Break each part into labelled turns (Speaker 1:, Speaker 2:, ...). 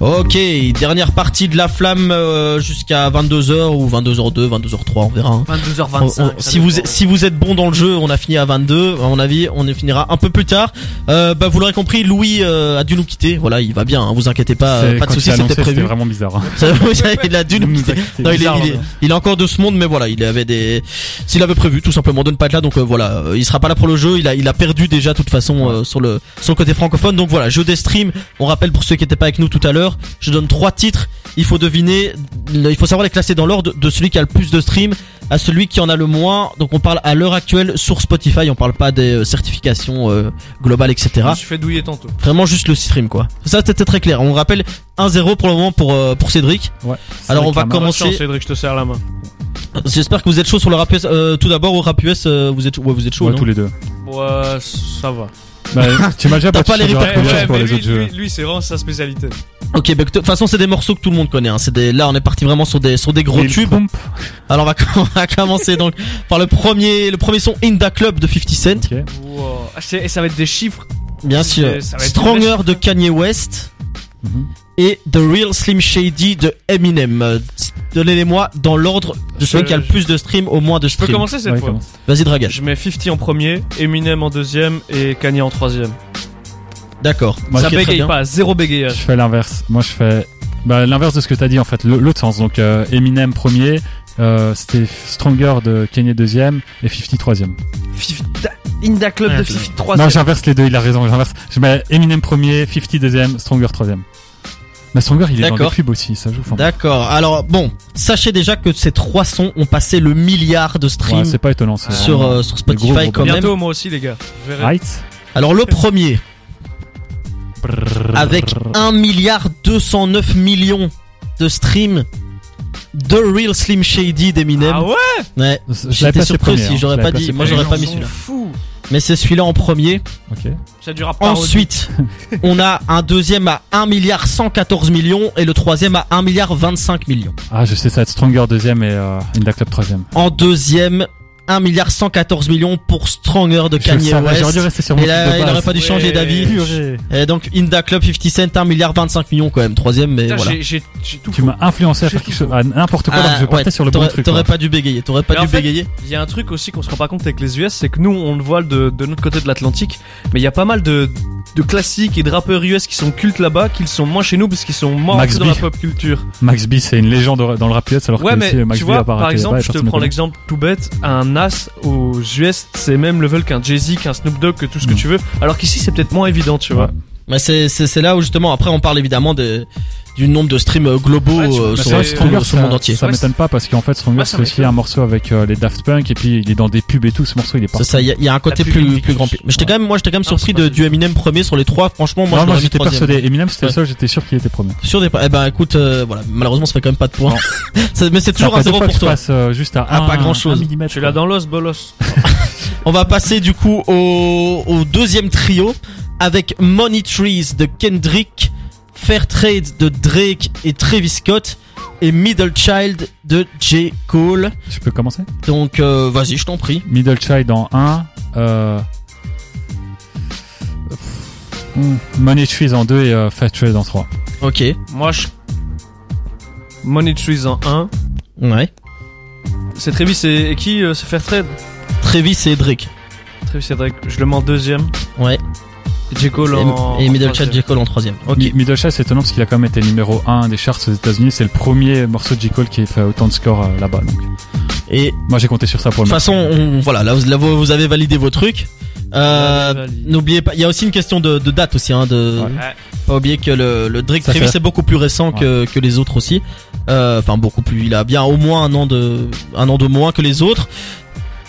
Speaker 1: Ok, dernière partie de la flamme euh, jusqu'à 22h ou 22h02, 22h03, on verra. hein.
Speaker 2: 22h25.
Speaker 1: On- on- si vous si vous êtes bon dans le jeu, on a fini à 22. À mon avis, on y finira un peu plus tard. Euh, bah vous l'aurez compris, Louis euh, a dû nous quitter. Voilà, il va bien. hein, vous inquiétez pas, euh,
Speaker 3: C'est-
Speaker 1: pas de
Speaker 3: quand il
Speaker 1: soucis,
Speaker 3: a
Speaker 1: c'était
Speaker 3: annoncé,
Speaker 1: prévu.
Speaker 3: vraiment bizarre.
Speaker 1: il a dû nous quitter. Non, il, est-
Speaker 3: Bizarre,
Speaker 1: il est,
Speaker 3: hein.
Speaker 1: il est encore de ce monde, mais voilà, il avait des, s'il avait prévu tout simplement de ne pas être là, donc euh, voilà, euh, il sera pas là pour le jeu. Il a, il a perdu déjà de toute façon euh, sur le, sur le côté francophone. Donc voilà, jeu des streams. On rappelle pour ceux qui n'étaient pas avec nous tout à l'heure, je donne trois titres. Il faut deviner, il faut savoir les classer dans l'ordre de celui qui a le plus de streams à celui qui en a le moins. Donc on parle à l'heure actuelle sur Spotify. On parle pas des euh, certifications euh, globales, etc.
Speaker 2: Je fais douiller tantôt.
Speaker 1: Vraiment juste le stream quoi. Ça c'était très clair. On rappelle 1-0 pour le moment pour euh, pour Cédric.
Speaker 3: Ouais.
Speaker 1: Alors on va
Speaker 2: Bonne
Speaker 3: Clairement.
Speaker 2: chance,
Speaker 1: commencer.
Speaker 2: Cédric, je te serre la main.
Speaker 1: J'espère que vous êtes chaud sur le rap US. Euh, tout d'abord au rap US, euh, vous êtes ouais, vous êtes chaud.
Speaker 3: Ouais,
Speaker 1: non
Speaker 3: tous les deux.
Speaker 2: Ouais, ça va.
Speaker 3: Bah, tu m'as déjà
Speaker 1: T'as pas
Speaker 3: battu
Speaker 1: les
Speaker 3: sur le
Speaker 1: répercussions.
Speaker 3: rap US pour
Speaker 2: Eh, mais
Speaker 3: les
Speaker 2: lui,
Speaker 3: autres jeux.
Speaker 2: lui, lui, c'est vraiment sa spécialité.
Speaker 1: ok, bah, de toute façon c'est des morceaux que tout le monde connaît. Hein. C'est des là on est parti vraiment sur des sur des gros
Speaker 3: Et le
Speaker 1: tubes.
Speaker 3: pompe.
Speaker 1: Alors on va, on va commencer donc par le premier le premier son Inda Club de 50 Cent.
Speaker 3: Ok.
Speaker 2: Wow. Ah, c'est- Et ça va être des chiffres.
Speaker 1: Bien
Speaker 2: C'est-
Speaker 1: sûr.
Speaker 2: ça va être
Speaker 1: Stronger de Kanye West
Speaker 3: Mhm.
Speaker 1: et The Real Slim Shady de Eminem. Euh, Donnez-les-moi dans l'ordre de celui
Speaker 2: Je-
Speaker 1: qui a le plus de streams au moins de
Speaker 2: Je peux
Speaker 1: streams.
Speaker 2: commencer cette
Speaker 3: Ouais,
Speaker 2: fois.
Speaker 3: commence.
Speaker 1: Vas-y Dragage.
Speaker 2: Je mets 50 en premier, Eminem en deuxième et Kanye en troisième.
Speaker 1: D'accord.
Speaker 3: Moi,
Speaker 1: Ok,
Speaker 2: ça
Speaker 1: très
Speaker 2: bégaye
Speaker 1: bien.
Speaker 2: pas, zéro
Speaker 3: Je
Speaker 2: bégayage.
Speaker 3: fais l'inverse. Moi, je fais bah, l'inverse de ce que t'as dit en fait, le- l'autre sens. Donc euh, Eminem premier, euh, c'était Stronger de Kanye deuxième et 50 troisième.
Speaker 2: Fifth- Inda Club
Speaker 1: Ouais,
Speaker 2: de
Speaker 1: c'est
Speaker 2: 50
Speaker 3: Non,
Speaker 2: troisième.
Speaker 3: j'inverse les deux. Il a raison. J'inverse. Je mets Eminem premier, 50 deuxième, Stronger troisième. Mais Stronger, il est dans
Speaker 1: D'accord.
Speaker 3: des pubs aussi. Ça joue. Enfin,
Speaker 1: D'accord. Alors bon, sachez déjà que ces trois sons ont passé le milliard de
Speaker 3: ouais,
Speaker 1: streams
Speaker 3: c'est pas étonnant. c'est
Speaker 1: sur
Speaker 3: vraiment-
Speaker 1: euh, sur
Speaker 3: gros,
Speaker 1: Spotify
Speaker 3: gros
Speaker 1: quand même.
Speaker 2: Bientôt, moi aussi, les gars. Je
Speaker 1: Ah,
Speaker 2: verrai.
Speaker 3: Right.
Speaker 1: Alors le premier avec 1 milliard 209 millions de streams The Real Slim Shady d'Eminem.
Speaker 2: Ah ouais,
Speaker 3: oh.
Speaker 1: ouais.
Speaker 3: Je l'avais
Speaker 1: J'étais
Speaker 3: placé
Speaker 1: surpris
Speaker 3: premier, hein.
Speaker 1: si j'aurais
Speaker 3: Je
Speaker 1: pas
Speaker 3: l'avais
Speaker 1: dit.
Speaker 3: placé
Speaker 1: Moi
Speaker 3: premier.
Speaker 1: j'aurais pas
Speaker 2: Ils
Speaker 1: mis
Speaker 2: sont
Speaker 1: celui-là.
Speaker 2: fous.
Speaker 1: Mais c'est celui-là en premier.
Speaker 3: Ok.
Speaker 2: Ça durera
Speaker 3: Ah,
Speaker 2: pas.
Speaker 1: Ensuite, on a un deuxième à 1 milliard 114 millions et le troisième à 1 milliard 25 millions.
Speaker 3: Ah, je sais ça. va être Stronger deuxième et euh, Inda Club troisième.
Speaker 1: En deuxième, 1 milliard 114 millions pour Stronger de
Speaker 3: Je le
Speaker 1: Kanye
Speaker 3: savais, J'aurais dû
Speaker 1: West.
Speaker 3: rester sur mon
Speaker 1: Et
Speaker 3: truc
Speaker 1: là,
Speaker 3: de
Speaker 1: il
Speaker 3: base.
Speaker 1: aurait pas dû changer
Speaker 2: Ouais.
Speaker 1: d'avis.
Speaker 3: Purée.
Speaker 1: Et donc, Inda Club 50 Cent, 1 milliard 25 millions quand même. Troisième, mais
Speaker 2: Putain,
Speaker 1: voilà.
Speaker 2: j'ai- J'ai j'ai tout
Speaker 3: Tu
Speaker 2: faux.
Speaker 3: m'as influencé à
Speaker 2: J'ai
Speaker 3: faire quelque
Speaker 2: tout
Speaker 3: chose, à n'importe quoi,
Speaker 1: Ah,
Speaker 3: alors que je partais
Speaker 1: ouais,
Speaker 3: sur le bon
Speaker 1: t'aurais-
Speaker 3: truc.
Speaker 1: T'aurais
Speaker 3: quoi.
Speaker 1: pas dû bégayer, t'aurais
Speaker 2: Mais
Speaker 1: pas
Speaker 2: en
Speaker 1: dû
Speaker 2: fait-
Speaker 1: bégayer.
Speaker 2: Il y a un truc aussi qu'on se rend pas compte avec les US, c'est que nous on le voit de, de notre côté de l'Atlantique, mais il y a pas mal de, de classiques et de rappeurs US qui sont cultes là-bas, qu'ils sont moins chez nous parce qu'ils sont morts
Speaker 3: Max
Speaker 2: dans
Speaker 3: B.
Speaker 2: la pop culture.
Speaker 3: Max B, c'est une légende dans le rap US, alors
Speaker 2: ouais,
Speaker 3: que
Speaker 2: mais
Speaker 3: ici, Max
Speaker 2: tu
Speaker 3: B,
Speaker 2: vois,
Speaker 3: à part
Speaker 2: par
Speaker 3: Ake,
Speaker 2: exemple,
Speaker 3: bah,
Speaker 2: je te
Speaker 3: personne ne
Speaker 2: prends
Speaker 3: connaît.
Speaker 2: l'exemple tout bête, un Nas aux US, c'est même level qu'un Jay-Z, qu'un Snoop Dogg, que tout ce que
Speaker 3: Mm.
Speaker 2: tu veux, alors qu'ici c'est peut-être moins évident, tu vois.
Speaker 3: Ouais.
Speaker 1: Mais c'est c'est- c'est là où justement, après, on parle évidemment de- du nombre de streams euh, globaux
Speaker 2: Ouais, tu-
Speaker 1: euh,
Speaker 2: mais
Speaker 1: sur,
Speaker 2: c'est-
Speaker 1: sur-
Speaker 3: Stronger,
Speaker 1: sur le monde
Speaker 3: ça-
Speaker 1: entier.
Speaker 3: Ça
Speaker 2: Ouais,
Speaker 3: m'étonne pas parce qu'en fait, Stronger,
Speaker 2: Ouais, ça
Speaker 3: c'est aussi
Speaker 2: m'étonne.
Speaker 3: un morceau avec euh, les Daft Punk et puis il est dans des pubs et tout. Ce morceau, il est
Speaker 1: C'est
Speaker 3: partout.
Speaker 1: ça, il y, a- il y a un côté
Speaker 2: pub
Speaker 1: plus,
Speaker 2: Invictus.
Speaker 1: plus grand. plus- Mais j'étais quand même, moi, j'étais quand même
Speaker 2: Non,
Speaker 1: surpris
Speaker 2: c'est pas
Speaker 1: de, du Eminem premier sur les trois. Franchement, moi,
Speaker 3: Non,
Speaker 1: je
Speaker 3: moi,
Speaker 1: l'aurais mis
Speaker 3: j'étais
Speaker 1: troisième.
Speaker 3: persuadé. Eminem, c'était
Speaker 1: Ouais.
Speaker 3: le seul, j'étais sûr qu'il était premier.
Speaker 1: Sur des, eh ben, écoute, euh, voilà. Malheureusement, ça fait quand même pas de points. Ça- Mais c'est
Speaker 3: Ça
Speaker 1: toujours un
Speaker 3: fait deux
Speaker 1: zéro
Speaker 3: fois que
Speaker 1: pour
Speaker 3: je
Speaker 1: toi.
Speaker 3: passe, euh, juste à
Speaker 1: Ah,
Speaker 3: un-
Speaker 1: pas grand-chose.
Speaker 3: un millimètre,
Speaker 2: Tu l'as
Speaker 3: quoi.
Speaker 2: dans l'os, bolos.
Speaker 1: On va passer du coup au, au deuxième trio avec Money Trees de Kendrick, Fair Trade de Drake et Travis Scott et Middle Child de J. Cole.
Speaker 3: Je peux commencer?
Speaker 1: Donc euh, vas-y, je t'en prie.
Speaker 3: Middle Child en 1. Euh... hmm, Money Trees en 2 et euh, Fat Trees en 3.
Speaker 1: Ok.
Speaker 2: Moi je. Money Trees en 1.
Speaker 1: Ouais.
Speaker 2: C'est Travis et, et qui euh, se faire trade
Speaker 1: Travis et Drake.
Speaker 2: Travis et Drake, je le mets en deuxième.
Speaker 1: Ouais.
Speaker 2: Et J. Cole en.
Speaker 1: et, et Middle Child,
Speaker 2: en troisième.
Speaker 1: J. Cole en troisième. Ok.
Speaker 3: Mi- Middle Child, c'est étonnant parce qu'il a quand même été numéro 1 des charts aux États-Unis. C'est le premier morceau de J. Cole qui a fait autant de scores euh, là-bas. Donc,
Speaker 1: Et de
Speaker 3: moi, j'ai compté sur ça pour
Speaker 1: toute
Speaker 3: le
Speaker 1: façon, on, voilà, là vous, là, vous vous avez validé vos trucs. Euh,
Speaker 2: Ouais, valide.
Speaker 1: N'oubliez pas, il y a aussi une question de, de date aussi, hein, de
Speaker 3: Ouais.
Speaker 2: Ouais.
Speaker 1: pas oublier que le, le Drake
Speaker 3: Ça
Speaker 1: Travis
Speaker 3: fait-
Speaker 1: est beaucoup plus récent que, que les autres aussi. Euh, Enfin beaucoup plus, il a bien au moins un an de un an de moins que les autres.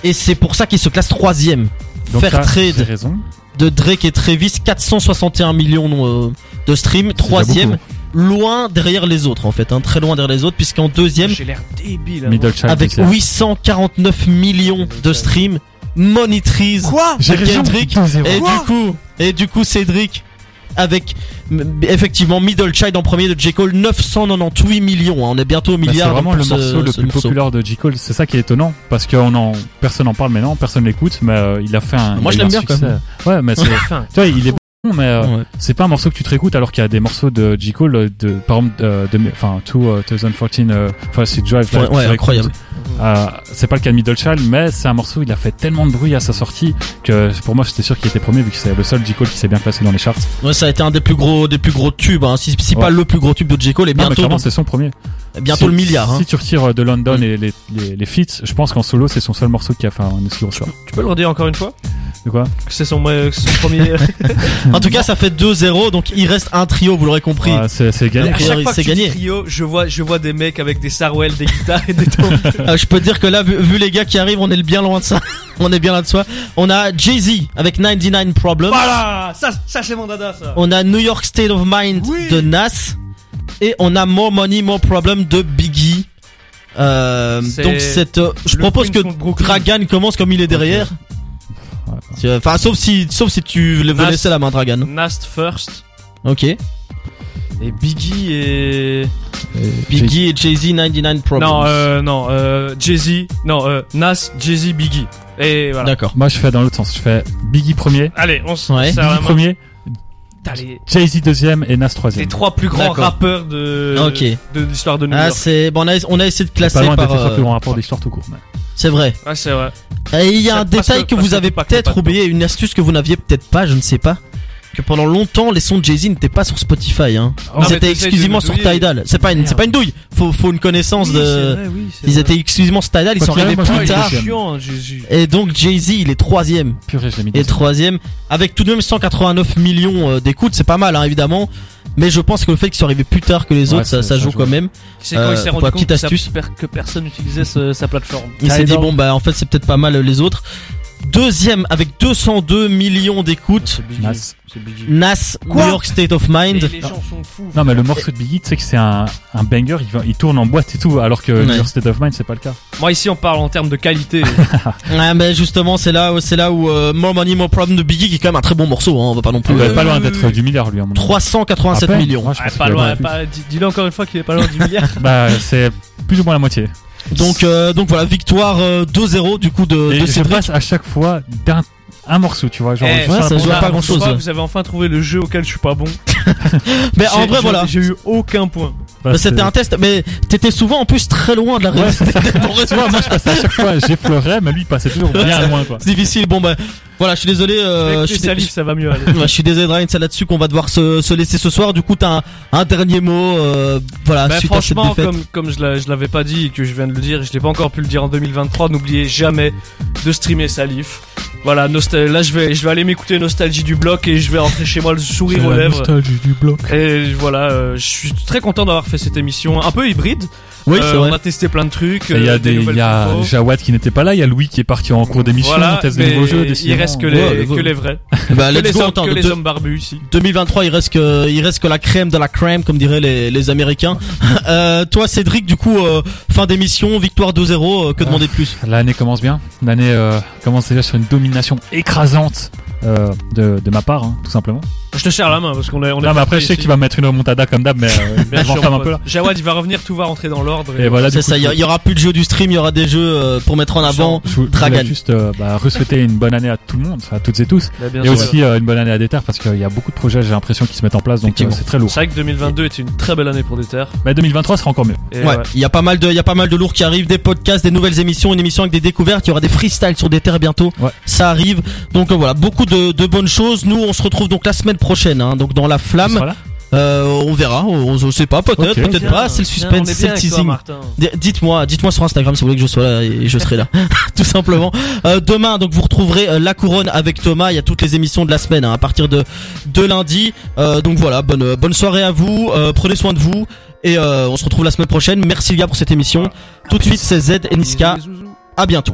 Speaker 1: Et c'est pour ça qu'il se classe troisième.
Speaker 3: Donc,
Speaker 1: Fair
Speaker 3: ça,
Speaker 1: Trade.
Speaker 3: j'ai raison.
Speaker 1: De Drake et Travis, 461 millions euh, de streams, troisième, loin derrière les autres en fait, hein, très loin derrière les autres, puisqu'en deuxième,
Speaker 2: J'ai l'air débile. hein,
Speaker 3: Middle Child.
Speaker 1: avec
Speaker 3: deuxième.
Speaker 1: 849 millions de streams, Money Trees
Speaker 2: Quoi
Speaker 3: Ah, J'ai
Speaker 1: de
Speaker 3: raison.
Speaker 1: Kendrick,
Speaker 3: 2-0.
Speaker 1: Et
Speaker 2: Quoi
Speaker 1: du coup, et du coup, Cédric avec m- effectivement Middle Child en premier de J Cole 998 millions. hein. on est bientôt au
Speaker 3: Bah, c'est
Speaker 1: milliard.
Speaker 3: vraiment
Speaker 1: pour
Speaker 3: le
Speaker 1: ce-
Speaker 3: morceau le
Speaker 1: ce
Speaker 3: plus populaire de J. Cole. C'est ça qui est étonnant parce que on en, personne n'en parle maintenant, personne l'écoute, mais euh, il a fait un.
Speaker 1: Moi,
Speaker 3: il
Speaker 1: je l'aime
Speaker 3: a eu un
Speaker 1: bien, quand
Speaker 3: succès. Ouais, mais c'est. tu vois, il est mais euh,
Speaker 1: Ouais.
Speaker 3: c'est pas un morceau que tu te réécoutes alors qu'il y a des morceaux de J. Cole, euh, de, par exemple, euh, de, enfin, tout, euh, 2014, euh, enfin, c'est Drive. là,
Speaker 1: Ouais,
Speaker 3: que tu réécoutes.
Speaker 1: incroyable.
Speaker 3: Euh, c'est pas le cas de Middle Child, mais c'est un morceau, il a fait tellement de bruit à sa sortie que pour moi, j'étais sûr qu'il était premier vu que c'est le seul J. Cole qui s'est bien placé dans les charts.
Speaker 1: Ouais, ça a été un des plus gros, des plus gros tubes, hein. si, si
Speaker 3: Ouais.
Speaker 1: pas le plus gros tube de J. Cole, et
Speaker 3: Non, mais
Speaker 1: bientôt,
Speaker 3: clairement, c'est son premier.
Speaker 1: bientôt
Speaker 3: Si-
Speaker 1: le milliard. Hein.
Speaker 3: Si tu retires euh, de London
Speaker 1: Mm.
Speaker 3: et les, les, les feats, je pense qu'en solo, c'est son seul morceau qui a fait un aussi gros choix.
Speaker 2: Tu peux le redire encore une fois
Speaker 3: De quoi
Speaker 2: Que c'est son, euh, que c'est son premier.
Speaker 1: En tout cas, ça fait 2-0, donc il reste un trio, vous l'aurez compris.
Speaker 3: Ah, C'est c'est gagné.
Speaker 1: Ouais.
Speaker 2: à chaque fois que
Speaker 1: c'est
Speaker 2: tu dis
Speaker 1: gagné.
Speaker 2: trio, je vois, je vois des mecs avec des sarouels, des guitares et des tambours.
Speaker 1: Euh, je peux te dire que là, vu, vu les gars qui arrivent, on est bien loin de ça. on est bien loin de soi. On a Jay-Z avec 99 Problems.
Speaker 2: voilà Ça, ça c'est mon dada ça
Speaker 1: On a New York State of Mind
Speaker 2: Oui.
Speaker 1: de Nas. Et on a More Money, More Problem de Biggie. Euh,
Speaker 2: C'est
Speaker 1: donc cette, euh, je
Speaker 2: Le
Speaker 1: propose que
Speaker 2: Queens contre Brooklyn.
Speaker 1: Dragan commence comme il est derrière. Tu- Enfin, sauf si, sauf si tu veux
Speaker 2: Nas.
Speaker 1: laisser la main, Dragan.
Speaker 2: Nast First
Speaker 1: Ok.
Speaker 2: et Biggie et.
Speaker 3: Et
Speaker 1: Biggie et Jay-Z 99 Problems.
Speaker 2: Non, euh, non, euh, Jay-Z, non, euh, Nas, Jay-Z, Biggie. Et voilà.
Speaker 1: D'accord.
Speaker 3: Moi, je fais dans l'autre sens. Je fais Biggie premier,
Speaker 2: Allez, on se.
Speaker 1: Ouais.
Speaker 2: ça,
Speaker 3: Biggie
Speaker 2: vraiment-
Speaker 3: premier,
Speaker 2: T'as les,
Speaker 3: Jay-Z deuxième et Nas
Speaker 2: les
Speaker 3: troisième.
Speaker 2: trois plus grands
Speaker 1: D'accord.
Speaker 2: rappeurs de,
Speaker 1: Ok.
Speaker 2: de l'histoire de New
Speaker 1: Ah,
Speaker 2: York.
Speaker 1: c'est, bon, on a, on a essayé de
Speaker 3: Pas
Speaker 1: classer
Speaker 3: loin d'être
Speaker 1: par,
Speaker 3: les trois
Speaker 1: euh,
Speaker 3: plus grands rapports d'histoire tout court. mais-
Speaker 1: c'est vrai.
Speaker 2: Ah, c'est vrai.
Speaker 1: Et il y a un
Speaker 2: Parce que-
Speaker 1: détail que,
Speaker 2: parce
Speaker 1: vous
Speaker 2: que
Speaker 1: avez
Speaker 2: pas que pas
Speaker 1: peut-être
Speaker 2: de
Speaker 1: oublié, une astuce que vous n'aviez peut-être pas, je ne sais pas. Que pendant longtemps, les sons de Jay-Z n'étaient pas sur Spotify. Hein.
Speaker 3: Oh,
Speaker 1: Ils
Speaker 2: Non, Ah, mais
Speaker 1: étaient
Speaker 2: t'essayes de
Speaker 1: exclusivement
Speaker 2: me
Speaker 1: sur
Speaker 2: douiller.
Speaker 1: Tidal. C'est pas une, c'est pas une douille. Faut, faut une connaissance
Speaker 2: Oui, c'est
Speaker 1: de.
Speaker 2: vrai, oui, c'est
Speaker 1: Ils
Speaker 2: vrai. Bah, Ah,
Speaker 1: étaient exclusivement sur Tidal. Ils
Speaker 3: Quoi
Speaker 1: sont
Speaker 3: qu'il
Speaker 1: arrivés
Speaker 3: arrive, moi,
Speaker 1: plus
Speaker 3: je les ai
Speaker 1: tard.
Speaker 3: jamais.
Speaker 2: chiant, hein, Jésus.
Speaker 1: Et donc Jay-Z, il est troisième.
Speaker 3: Purée, je l'ai mis
Speaker 1: Et
Speaker 3: deuxième.
Speaker 1: troisième, avec tout de même 189 millions euh, d'écoutes, c'est pas mal, hein, évidemment. Mais je pense que le fait qu'ils soient arrivés plus tard que les
Speaker 3: Ouais,
Speaker 1: autres, ça,
Speaker 3: ça-
Speaker 1: ça
Speaker 3: ça
Speaker 1: joue
Speaker 3: joue.
Speaker 1: quand même.
Speaker 2: C'est quand
Speaker 1: Euh,
Speaker 2: il s'est rendu
Speaker 1: pour la
Speaker 2: compte
Speaker 1: petite
Speaker 2: que, ça-
Speaker 1: astuce.
Speaker 2: que personne n'utilisait ce- sa plateforme.
Speaker 1: Il s'est dit
Speaker 3: Tidal.
Speaker 1: bon bah en fait c'est peut-être pas mal euh, les autres. Deuxième avec 202 millions d'écoutes.
Speaker 2: C'est Biggie.
Speaker 3: Nas.
Speaker 2: C'est Biggie.
Speaker 1: Nas,
Speaker 2: Quoi
Speaker 1: New York State of
Speaker 2: Et
Speaker 1: Mind.
Speaker 2: les gens sont fous.
Speaker 3: Non, mais le morceau de Biggie, tu sais que c'est un, un banger, il, va- il tourne en boîte et tout, alors que
Speaker 1: Ouais.
Speaker 3: Your State of Mind, c'est pas le cas.
Speaker 2: Moi, ici, on parle en termes de qualité.
Speaker 1: Ouais, Ah, mais justement c'est là où c'est là où euh, More Money More Problem de Biggie qui est quand même un très bon morceau. Hein, on va pas non plus.
Speaker 3: Il
Speaker 1: euh,
Speaker 3: est pas loin d'être du milliard, lui, à mon avis.
Speaker 1: 387
Speaker 3: À peine.
Speaker 1: millions.
Speaker 3: Moi, je
Speaker 2: Ah,
Speaker 3: pensais
Speaker 2: pas
Speaker 3: qu'il
Speaker 2: loin,
Speaker 3: avait
Speaker 2: pas- dis- dis-le encore une fois qu'il est pas loin du milliard.
Speaker 3: plus. Bah, c'est plus ou moins la moitié.
Speaker 1: Donc euh, donc voilà victoire euh, 2-0 du coup de,
Speaker 3: Et
Speaker 1: de
Speaker 3: je
Speaker 1: Cédric.
Speaker 3: passe à chaque fois d'un un morceau, tu vois. Genre,
Speaker 2: Eh,
Speaker 3: juste
Speaker 1: ouais,
Speaker 3: un
Speaker 1: ça se
Speaker 3: morceau.
Speaker 1: joue à
Speaker 2: Ah,
Speaker 1: pas
Speaker 2: vous
Speaker 1: grand-chose.
Speaker 2: savez, Vous avez enfin trouvé le jeu auquel je suis pas bon.
Speaker 1: Mais en
Speaker 2: J'ai-
Speaker 1: vrai
Speaker 2: j'ai-
Speaker 1: voilà.
Speaker 2: J'ai eu aucun point.
Speaker 3: Bah,
Speaker 1: Mais
Speaker 3: c'est-
Speaker 1: C'était un test, mais t'étais souvent en plus très loin de la
Speaker 3: Ouais,
Speaker 1: réussite.
Speaker 3: c'est ça. Tu vois, moi, je passais à chaque fois, j'effleurais, mais lui, il passait toujours bien loin, quoi.
Speaker 1: C'est difficile. Bon bah voilà, je suis désolé. euh,
Speaker 2: Avec
Speaker 1: je
Speaker 2: tes
Speaker 1: suis dé-
Speaker 2: salives, ça va mieux aller.
Speaker 1: Ouais, je suis désolé Ryan, c'est là-dessus qu'on va devoir se, se laisser ce soir. Du coup, t'as un, un dernier mot, euh, voilà,
Speaker 2: Bah,
Speaker 1: suite à cette
Speaker 2: franchement,
Speaker 1: défaite.
Speaker 2: comme, comme je l'a- je l'avais pas dit et que je viens de le dire, je l'ai pas encore pu le dire en 2023, n'oubliez jamais de streamer Salif. Voilà, Nostal- là je vais, je vais aller m'écouter Nostalgie du bloc et je vais rentrer chez moi le sourire aux lèvres.
Speaker 3: du bloc.
Speaker 2: Et voilà, euh, je suis très content d'avoir fait cette émission un peu hybride.
Speaker 1: Oui,
Speaker 2: Euh,
Speaker 1: c'est vrai.
Speaker 2: On a testé plein de trucs.
Speaker 3: Il y
Speaker 2: euh,
Speaker 3: a des, il
Speaker 2: nouvelles
Speaker 3: y a
Speaker 2: compos.
Speaker 3: Jawad qui n'était pas là, il y a Louis qui est parti en cours d'émission,
Speaker 2: Voilà,
Speaker 3: on teste des
Speaker 2: mais
Speaker 3: nouveaux jeux,
Speaker 2: Il
Speaker 3: décidément.
Speaker 2: reste que
Speaker 1: Ouais,
Speaker 2: les,
Speaker 1: les
Speaker 2: que
Speaker 1: autres.
Speaker 2: les vrais.
Speaker 1: Bah,
Speaker 3: Ah,
Speaker 2: Que
Speaker 1: let's
Speaker 2: les
Speaker 1: go,
Speaker 2: hommes-
Speaker 1: attends,
Speaker 2: que les
Speaker 1: de-
Speaker 2: hommes barbus ici.
Speaker 1: 2023, il reste que, il reste que la crème de la crème, comme diraient les, les Américains. euh, toi, Cédric, du coup, euh, fin d'émission, victoire 2-0, euh, que
Speaker 2: Ah.
Speaker 3: Ouais.
Speaker 1: demander de plus
Speaker 3: L'année commence bien. L'année euh, commence déjà sur une domination écrasante euh, de, de ma part, hein, tout simplement.
Speaker 2: Je te serre la main parce qu'on est, on est
Speaker 3: Non, mais
Speaker 2: parti
Speaker 3: après, je sais
Speaker 2: ici.
Speaker 3: qu'il va mettre une remontada comme d'hab, mais euh,
Speaker 2: Bien
Speaker 3: je
Speaker 2: sûr,
Speaker 3: m'enferme
Speaker 2: mon
Speaker 3: un peu là.
Speaker 2: pote. Jawad, il va revenir, tout va rentrer dans l'ordre.
Speaker 3: Et voilà, du
Speaker 1: C'est
Speaker 3: coup,
Speaker 1: ça,
Speaker 3: je-
Speaker 1: il y, a- il y aura plus de jeux du stream, il y aura des jeux euh, pour mettre en avant.
Speaker 3: je voulais
Speaker 1: Dragan.
Speaker 3: juste euh, bah, re-souhaiter une bonne année à tout le monde, à toutes et tous,
Speaker 2: Bah, bien
Speaker 3: et
Speaker 2: sûr.
Speaker 3: aussi euh, une bonne année à Déter parce qu'il y a beaucoup de projets, j'ai l'impression, qui se mettent en place, donc euh,
Speaker 1: Effectivement.
Speaker 3: c'est très lourd.
Speaker 2: C'est vrai que 2022 était une très belle année pour des terres.
Speaker 3: Mais 2023 sera encore mieux.
Speaker 2: Et
Speaker 1: Ouais, il y a pas mal de, il y a pas mal de lourds qui arrivent, des podcasts, des nouvelles émissions, une émission avec des découvertes, il y aura des freestyles sur des terres bientôt.
Speaker 3: Ouais.
Speaker 1: Ça arrive. Donc euh, voilà, beaucoup de, de bonnes choses. Nous, on se retrouve donc la semaine prochaine, hein, donc dans la
Speaker 3: Tu
Speaker 1: flamme.
Speaker 3: seras là
Speaker 1: Euh, on verra, on, on sait pas, peut-être,
Speaker 3: Ok.
Speaker 1: peut-être
Speaker 2: Bien,
Speaker 1: pas, c'est le
Speaker 2: bien, on
Speaker 1: suspense,
Speaker 2: est bien
Speaker 1: c'est le
Speaker 2: avec toi,
Speaker 1: teasing.
Speaker 2: Martin.
Speaker 1: D- Dites-moi, dites-moi sur Instagram si vous voulez que je sois là et je serai là, tout simplement. Euh, demain, donc vous retrouverez euh, la couronne avec Thomas. Il y a toutes les émissions de la semaine hein, à partir de de lundi. Euh, donc voilà, bonne euh, bonne soirée à vous. euh, prenez soin de vous et euh, on se retrouve la semaine prochaine. Merci les gars pour cette émission. Tout de suite, c'est Z et Niska.
Speaker 2: Bisous, bisous.
Speaker 1: À bientôt.